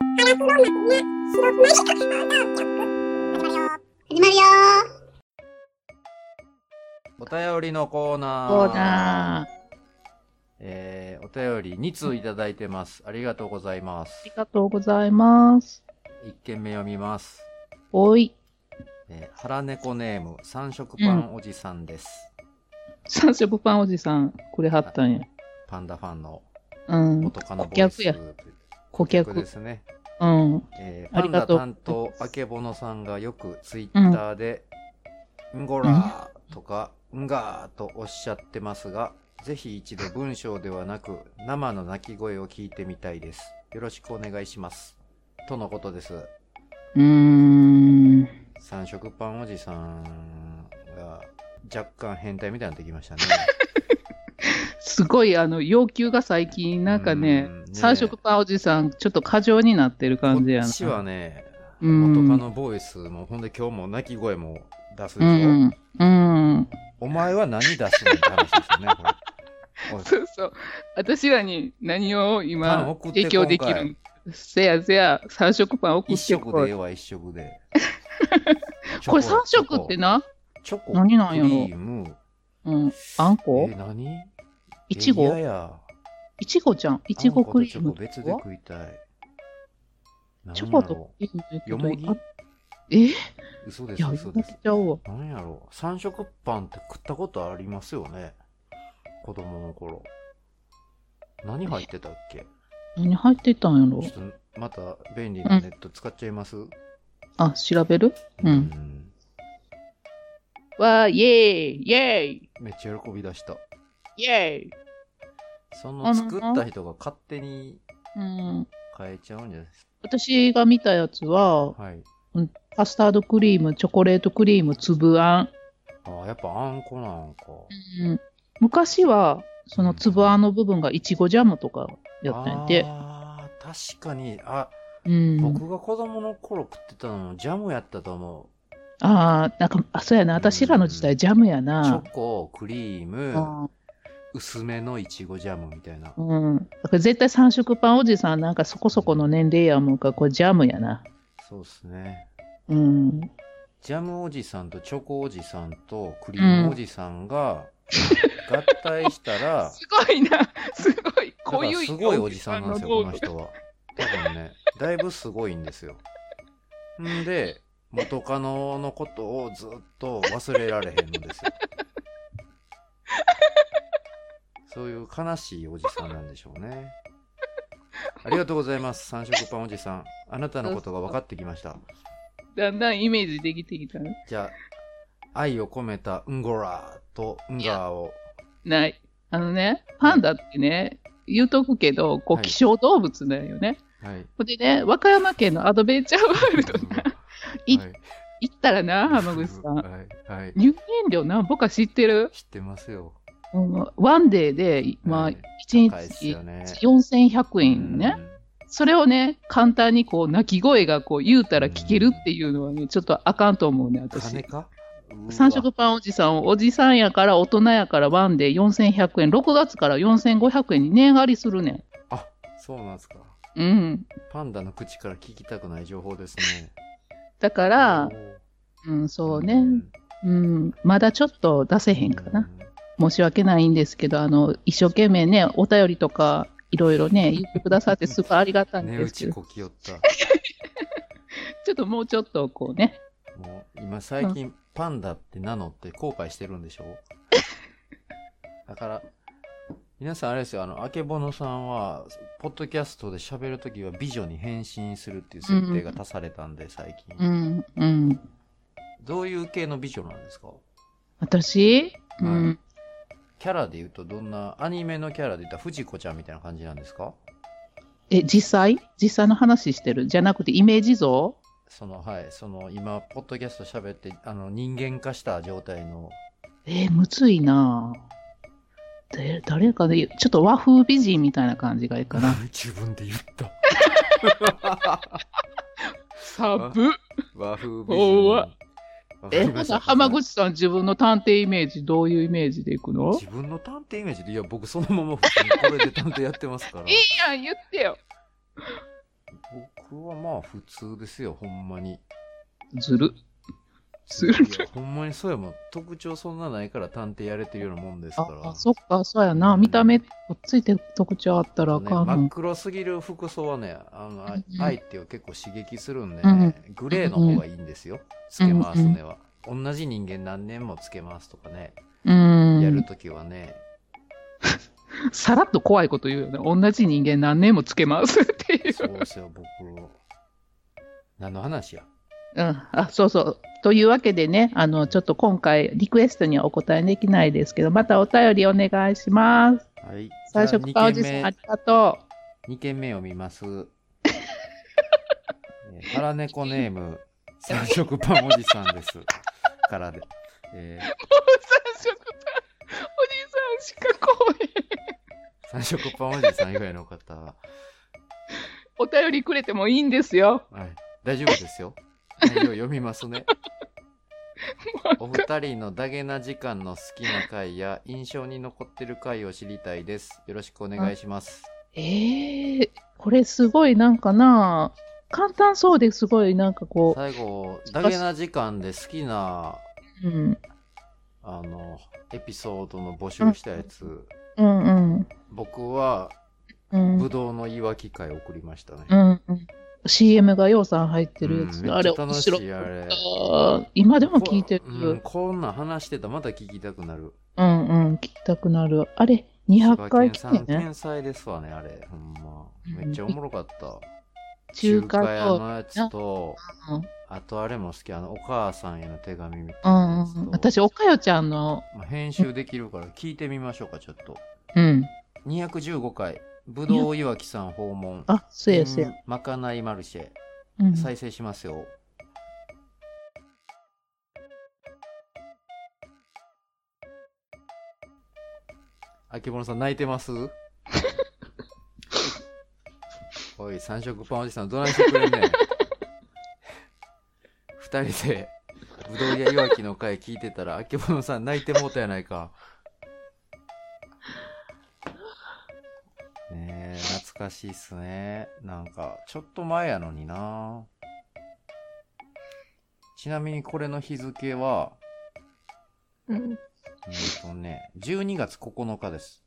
白黒幕に白くましかハートキャップ始まるよお便りのコーナー。そうだ。あえーお便り2通いただいてます。ありがとうございますり。がとうございます。 1件目読みます。おい。えー、腹猫ネーム、三色パンおじさんです。三色パンおじさん、これ貼ったんや。パンダファンのうん。元カノボイス。顧客や顧客ですね。うん。えーあパりンがダとう担当、あけぼのさんがよくツイッターで、んごらーとか、んがーとおっしゃってますが、ぜひ一度文章ではなく、生の鳴き声を聞いてみたいです。よろしくお願いします。とのことです。うーん。三色パンおじさんが、若干変態みたいになってきましたね。すごい、あの、要求が最近、なんかねうんね、三色パンおじさん、ちょっと過剰になってるこ感じやな。っちはね、うん元カノボイスも、ほんで今日も鳴き声も出すでうしょ。ん。うん。 お前は何出すのって話ですよね。これおいそうそう。私らに何をパン今送って提供できるせやせや、三色パン送一って食でこいええわ、一食で。 これ三色ってな、チョコ、何なんやろクリーム、うん。あんえこ何いちえご嫌やいちごちゃん。いちごクリーあんムこととチョコ別では。食いたい。何チやョコとろクリームとよもぎあえい嘘です、や、よ嘘もでぎす。ちゃうわ。何やろ三色パンって食ったことありますよね子供の頃。何入ってたっけ何入ってたんやろちょっとまた便利なネット使っちゃいます、あ、調べるうんん。わー、イェーイイェーイめっちゃ喜び出した。イェーイそあのの作った人が勝手にうん。変えちゃうんじゃないです私が見たやつは、か。はい。カスタードクリーム、チョコレートクリーム、粒あん。ああ、やっぱあんこなんか。うん、昔は、その粒あんの部分がいちごジャムとかやったんやて。ああ、確かに。あ、うん。僕が子供の頃食ってたのジャムやったと思ああ、なんか、あ、そうやな。私らの時代ジャムやう。チな。ョコ、クリーム、あ薄めのいちごジャムみたいなー。うん。だから絶対三色パンおじさんなんかそこそこの年齢やもんか、これジャムやな。そうですね。うん。ジャムおじさんとチョコおじさんとクリームおじさんが合体した ら、すごいな。すごい。だこかうらいうすごいおじさんなんですよ、道こ具の人は。多分ね、だいぶすごいんですよ。んで、元カノのことをずっと忘れられへんのですよ。そういう悲しいおじさんなんでしょうね。ありがとうございます、三色パンおじさん。あなたのことが分かってきました。だんだんイメージできてきたね。じゃあ、愛を込めたんごらとんがーを。ない。あのね、パンダってね、言うとくけど、こはう、い希少動物だよね。はい。ほんでね、和歌山県のアドベンチャーワールドにいはい行ったらな、浜口さん。はい。はい。入園料なんぼか知ってる、知ってますよ。うん、ワンデーで、まはあ、い1日高いっすよね4100円ね、それをね、簡単にこう、鳴き声がこう、言うたら聞けるっていうのはね、ちょっとあかんと思うね、うん。金私。か三色パンおじさんを、おじさんやから大人やからワンデー4100円、6月から4500円に値上がりするねん。あそうなんですか。うん。パンダの口から聞きたくない情報ですね。だから、うん、おーそうね、うん、まだちょっと出せへんかな。。申し訳ないんですけど、あの、一生懸命ね、お便りとか、いろいろね、言ってくださ ってすごいありがたういんん値で打すけちど、こきよった。ちょっともうちょっとこうね、もう今最近パンダって名乗って後悔してるんでしょ だから、皆さんあれですよ、あの、あけぼのさんは、ポッドキャストで喋るときは美女に変身するっていう設定が足されたんで、最近、うん、うん。どういう系の美女なんですか私、うん、キャラで言うとどんな、アニメのキャラで言ったら藤子ちゃんみたいな感じなんですかえ、実際実際の話してるじゃなくて、イメージ像そのはい、その今、ポッドキャスト喋って、あの人間化した状態の、えーむずいなぁ。で誰かで、ちょっと和風美人みたいな感じがいいかな。自分で言った。サブ 和風美おうわ人。え、ままだ浜口口さん自分の探偵イメージ、どういうイメージでいくの自分の探偵イメージで、いや、僕 そのまま普通にこれで探偵やってますから。いいやん、言ってよ。僕僕はまあ普通ですよ、ほんまに。ずる。ずいる。やほんまにそうやもん。特徴そんなないから探偵やれてるようなもんですから。あ、そっか、そうやな。見た目、ついてる特徴あったらあねかんの真っ黒すぎる服装はね、あのあうんうん相手を結構刺激するんでうねん、グレーの方がいいんですよ、つけ回すねは。同じ人間何年もつけ回すとかね、うやるん。ときはね、さらっと怖いこと言うよね。同じ人間何年もつけますっていう。そうですよ、僕。何の話やうん、あそうそう。というわけでね、あの、ちょっと今回、リクエストにはお答えできないですけど、またお便りお願いします。はい。最初からおじじさゃん、あありがと2件目を見ます。えー腹猫ネーム、三色パンおじさんです。からで。えーう。最初からおじさんしか来へ三ん。色パンおじさん以外の方は、お便りくれてもいいんですよ。はい、大丈夫ですよ。内容読みますね。お二人のダゲな時間の好きな回や印象に残ってる回を知りたいです。よろしくお願いします。ええこれすごいなんかな、簡単そうですごいなんかこ最後、ダゲな時間で好きな、う、うん、あの、エピソードの募集したやつ、うんうん、僕は、うん、うぶん、どうの言い訳会送りましたね。うん。CM がようさん入ってるやつ、うんあめれっちゃ面楽し白いかあっれた。今でも聞いてる。こうん、こんなん話してたらまた聞きたくなる。うんうん、聞きたくなる。あれ、200回千葉記県さん念ね。天才ですわね、あれ。ほんま。うんめっちゃおもろかった。 中華中屋と、のやつと、うんあとあれも好き、あの、お母さんへの手紙みたいうなやんつと。うん、私、おかよちゃんの、まあ編集できるから聞いてみましょうか、ちょっと。うん、 215回、ぶどう岩木さん訪問。あ、そうやそうや。うんまかないマルシェ。うん再生しますよ。あけぼのさん泣いてます おい、三色パンおじさんどないしてくれんねん。二人で、ぶどうやいわきの回聞いてたら、あけぼのさん泣いてもうたやないか。ねえ、懐かしいっすね。なんか、ちょっと前やのにな。ちなみにこれの日付は、うんえっとね、12月9日です。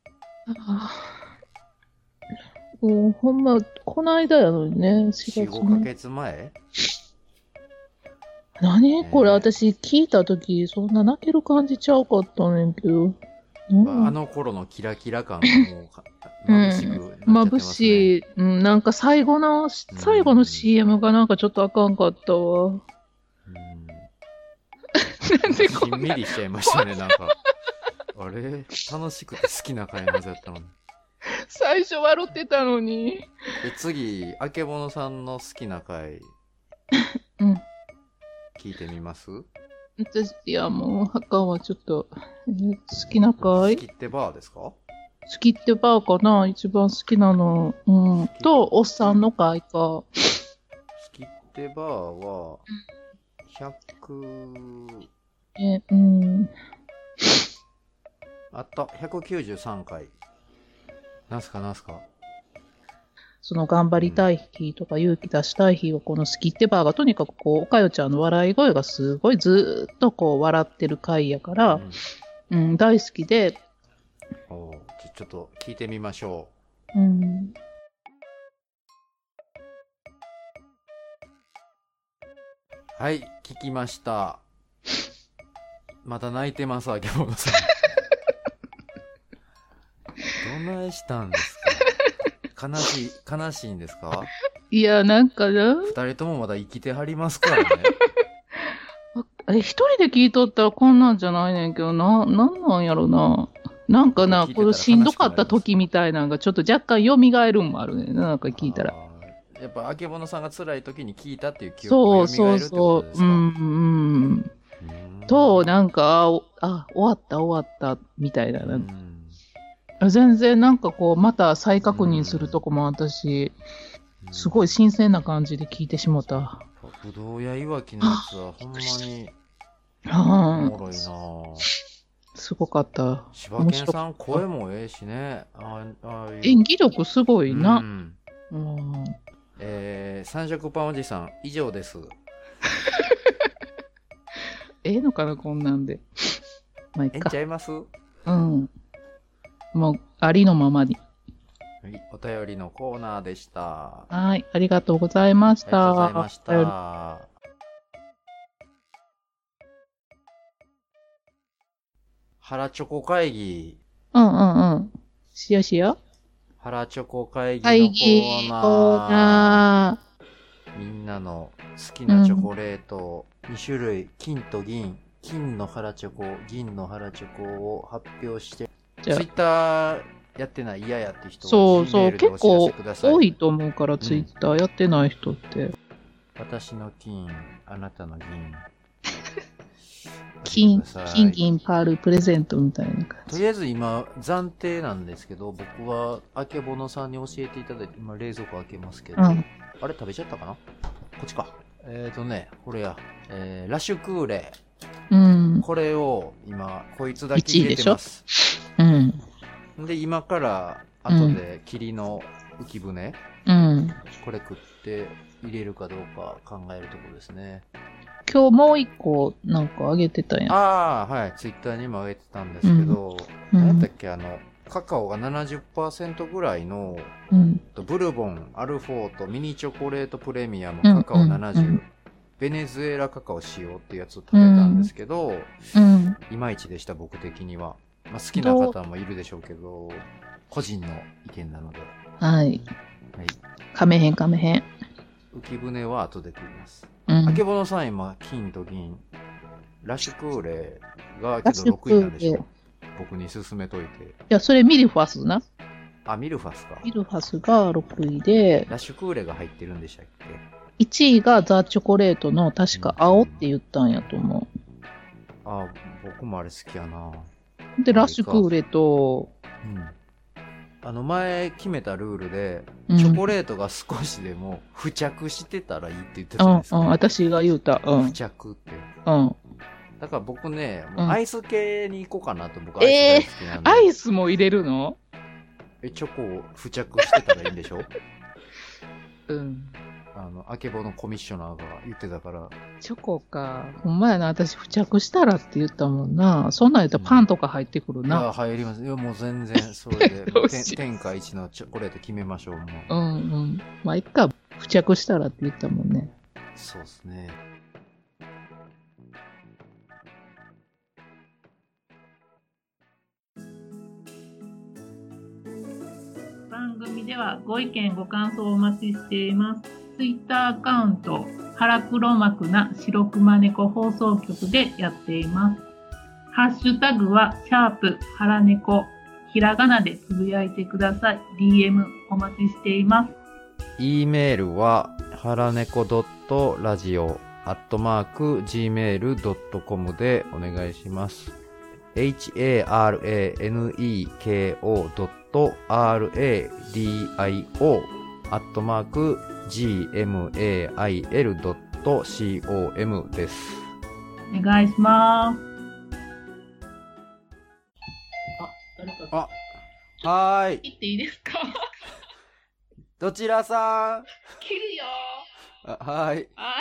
あーうん、ほんま、この間やのにね、4 4、月の5ヶ月前何これ、ねえ私聞いたとき、そんな泣ける感じちゃうかったねんけど。あなんの頃のキラキラ感がもうか、眩しくなっちゃってます、ね。眩しい、うん、なんか最後の、最後の CM がなんかちょっとあかんかったわ。 うん。 なんでこしんんなみりしちゃいましたね、なんか。あれ楽しくて好きな回のはずやったのに。最初笑ってたのに。で、次、あけぼのさんの好きな回 うん。聞いてみます私、いや、もう、墓はちょっと、えー好きな回好きってバーですか好きってバーかな一番好きなの。うん。と、おっさんの回か。スキッテバーは、100、え、うん。あった、193回。なんすかなんすかその頑張りたい日とか勇気出したい日はこの好きってバーがとにかくこう、おかよちゃんの笑い声がすごいずーっとこう笑ってる回やかうら、んうん、大好きで、おうちょちょっと聞いてみましょうん。う。はい、聞きました。また泣いてます、あけぼのさん。どないしたんですか悲しい、悲しいんですかいや、なんかな、二人ともまだ生きてはりますからね。え、一人で聞いとったらこんなんじゃないねんけど、な、なんなんやろな。なんか聞ないて、たこらのしんどかっ悲しくなりますた時みたいなのがちょっと若干蘇るんもあるねんな。なんか聞いたら。あー。やっぱ、あけぼのさんが辛い時に聞いたっていう記憶そが蘇るうそうってこそとでう。すうかん、うん。うんと、なんか、あ、おあ終わった終わった、みたいな。なんかうん全然なんかこう、また再確認するとこも私、すごい新鮮な感じで聞いてしもた。ぶどうやいわきのやつはほんまにおうんもろいなすごかった。柴犬さん声もええしねああああいう演技力すごいな。うんうん。えー、三色パンおじさん、以上です。ええのかな、こんなんで。まあ、いっえんかち。ゃいますはうん。もう、ありのままに。い、お便りのコーナーでした。あはい。ありがとうございましりがとうごた。ざいましお便りた。原チョコ会議、うんうんうん。しやしや。原チョコ会議のコ会議ーコナー。ーナみんなの好きなチョコレート、2種類、金と銀、金の原チョコ、銀の原チョコを発表して、ー。ツイじゃあッターやってない嫌やって人はそうそう Gmail でお知らせくださ多いと思うから、ツイッターやってない人って。私の金、あなたの 銀。金教えてくだ、さい金、銀、パール、プレゼントみたいな感とじ。りあえず今、暫定なんですけど、僕は、あけぼのさんに教えていただいて、今、冷蔵庫開けますけど、うんあれ食べちゃったかなこっちか。えーとね、これや、えー、ラシュクーレ。うん。これを今、こいつだけ入れてます。うん。で今から、後で霧の浮き船、うん。これ食って入れるかどうか考えるところですね。今日もう一個なんかあげてたやん。ああ、はい、ツイッターにも上げてたんですけど、うん何やったっけ、あの、カカオが70%ぐらいの、うん。ブルボン、アルフォート、ミニチョコレートプレミアム、うんカカオ70、うんベネズエラカカオ使用っていうやつを食べたんですけど、うん。いまいちでした、僕的には。まあ、好きな方もいるでしょうけど、個人の意見なので、はい。はい、かめへんかめへん。浮き船は後で食います。うあけん。ぼのさん、今、金と銀。ラシュクーレがけラシどュクー6レ位なんでしょ僕に勧めといて。いや、それミルファスな。あ、ミルファスか。ミルファスが6位で、ラシュクーレが入ってるんでしたっけ1位がザ・チョコレートの確か青って言ったんやと思あ、僕もあれ好きやな。う。で、ラッシュクーレと、うん。あの、前決めたルールで、うんチョコレートが少しでも付着してたらいいって言ってたじうゃんなういですか。ん、私が言うた。うん付、着って。うん。だから僕ね、もううんアイス系に行こうかなと、僕アえイース大好きなんで。アイスも入れるのえ、チョコを付着してたらいいんでしょ うん。あの、あけぼのコミッショナーが言ってたから、チョコか。ほんまやな、私付着したらって言ったもんな。そんなんやったらパンとか入ってくるいや、な。入ります。いや、もう全然、それで どうしよ天天う、下一のチョコレート決めましょう、もう。うんうん。まあ、いっか。付着したらって言ったもんね。そうですね。番組ではご意見ご感想をお待ちしていますツイッターアカウント「腹黒幕な白熊猫放送局」でやっていますハッシュタグは「シャープ腹猫」ひらがなでつぶやいてください DM お待ちしています E メールは、はらねこ .radio アットマーク gmail.com でお願いします。haraneko.radio アットマーク gmail.com です。お願いしますあ誰かあ、はーい。切っていいですか どちらさん切るよあはーい。は